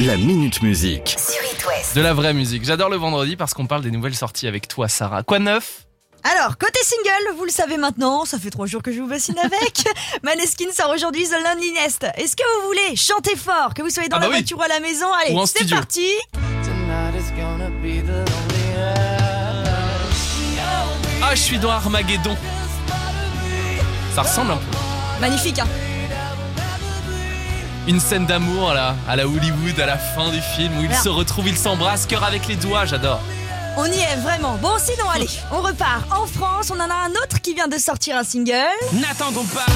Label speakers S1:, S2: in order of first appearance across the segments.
S1: La Minute Musique.
S2: sur It West.
S3: De la vraie musique. J'adore le vendredi parce qu'on parle des nouvelles sorties avec toi, Sarah. Quoi de neuf
S4: Alors, côté single, vous le savez maintenant, ça fait trois jours que je vous bassine avec. Maneskin sort aujourd'hui The Lonely Nest. Est-ce que vous voulez chanter fort, que vous soyez dans
S3: Ah bah
S4: la
S3: oui.
S4: voiture ou à la maison Allez,
S3: Ou en
S4: c'est
S3: studio.
S4: parti
S5: Tonight is gonna be the loneliest.
S3: Ah, je suis dans Armageddon. Ça ressemble un peu.
S4: Magnifique, hein
S3: Une scène d'amour là, à la Hollywood, à la fin du film, où ils
S4: Merde.
S3: se retrouvent, ils s'embrassent, cœur avec les doigts, j'adore.
S4: On y est vraiment. Bon, sinon, allez, on repart en France. On en a un autre qui vient de sortir un single.
S3: N'attendons pas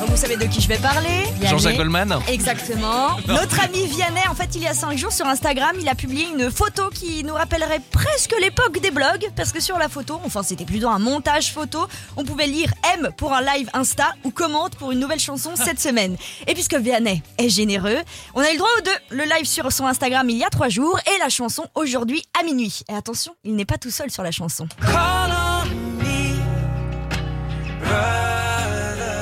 S4: Donc, vous savez de qui je vais parler.
S3: Jean-Jacques Goldman
S4: Exactement. Notre ami Vianney, en fait, il y a 5 jours sur Instagram, il a publié une photo qui nous rappellerait presque l'époque des blogs, parce que sur la photo, enfin c'était plutôt un montage photo, on pouvait lire M pour un live Insta ou commente pour une nouvelle chanson
S5: Ah.
S4: cette semaine. Et puisque Vianney est généreux, on a eu le droit aux deux. Le live sur son Instagram il y a 3 jours et la chanson aujourd'hui à minuit. Et attention, il n'est pas tout seul sur la chanson.
S5: Call on me, brother.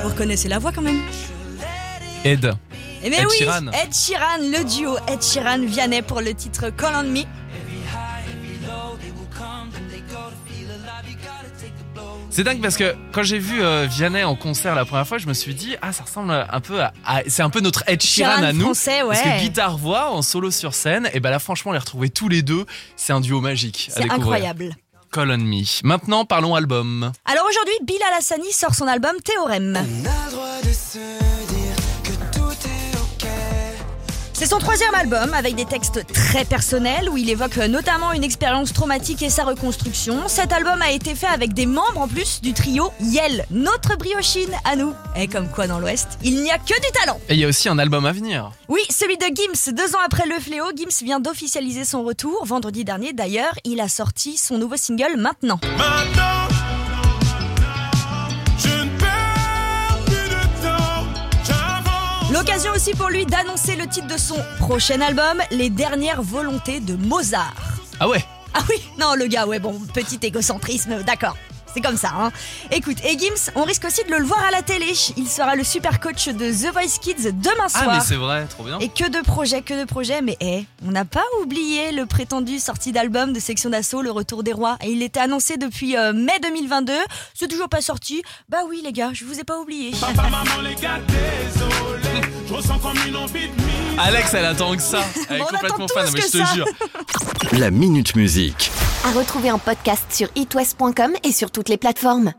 S4: Vous reconnaissez la voix quand même
S3: Ed.
S4: Eh mais
S3: Ed
S4: oui,
S3: Sheeran.
S4: Ed Sheeran, le duo Ed Sheeran Vianney pour le titre Call on Me.
S3: C'est dingue parce que quand j'ai vu euh, Vianney en concert la première fois, je me suis dit, ah, ça ressemble un peu à. à- c'est un peu notre Ed Sheeran,
S4: Sheeran
S3: à nous.
S4: français, ouais.
S3: Parce que guitare-voix en solo sur scène, et ben là, franchement, les retrouver tous les deux, c'est un duo magique. à
S4: C'est
S3: découvrir.
S4: incroyable.
S3: Call on Me. Maintenant, parlons album.
S4: Alors aujourd'hui, Bilal Hassani sort son album Théorème.
S5: On a le droit de se dire que tout est ok.
S4: C'est son troisième album avec des textes très personnels où il évoque euh, notamment une expérience traumatique et sa reconstruction. Cet album a été fait avec des membres en plus du trio Yel, notre briochine à nous. Et comme quoi dans l'Ouest, il n'y a que du talent.
S3: Et il y a aussi un album à venir.
S4: Oui, celui de Gims. Deux ans après Le Fléau, Gims vient d'officialiser son retour. Vendredi dernier, d'ailleurs, il a sorti son nouveau single Maintenant.
S6: Maintenant, je ne perds plus de temps, j'avance.
S4: L'occasion aussi pour lui d'annoncer le titre de son prochain album, Les dernières volontés de Mozart.
S3: Ah ouais
S4: Ah oui, non, le gars, ouais, bon, petit égocentrisme, d'accord. C'est comme ça, hein. Écoute, et Gims, on risque aussi de le voir à la télé. Il sera le super coach de The Voice Kids demain
S3: Ah,
S4: soir.
S3: mais c'est vrai, trop bien.
S4: et que de projets, que de projets, mais hé, on n'a pas oublié le prétendu sorti d'album de Section d'Assaut, Le Retour des Rois. Et il était annoncé depuis euh, mai 2022. C'est toujours pas sorti. Bah oui, les gars, je vous ai pas oublié.
S6: Papa, maman, les gars, désolé, je ressens comme une envie de mise.
S3: Alex, elle attend que ça. Elle est
S4: Bon, on
S3: complètement
S4: attend
S3: fan,
S4: tous
S3: mais
S4: que
S3: je te
S4: ça.
S3: jure.
S1: La Minute Musique.
S2: À retrouver en podcast sur itwest.com et sur toutes les plateformes.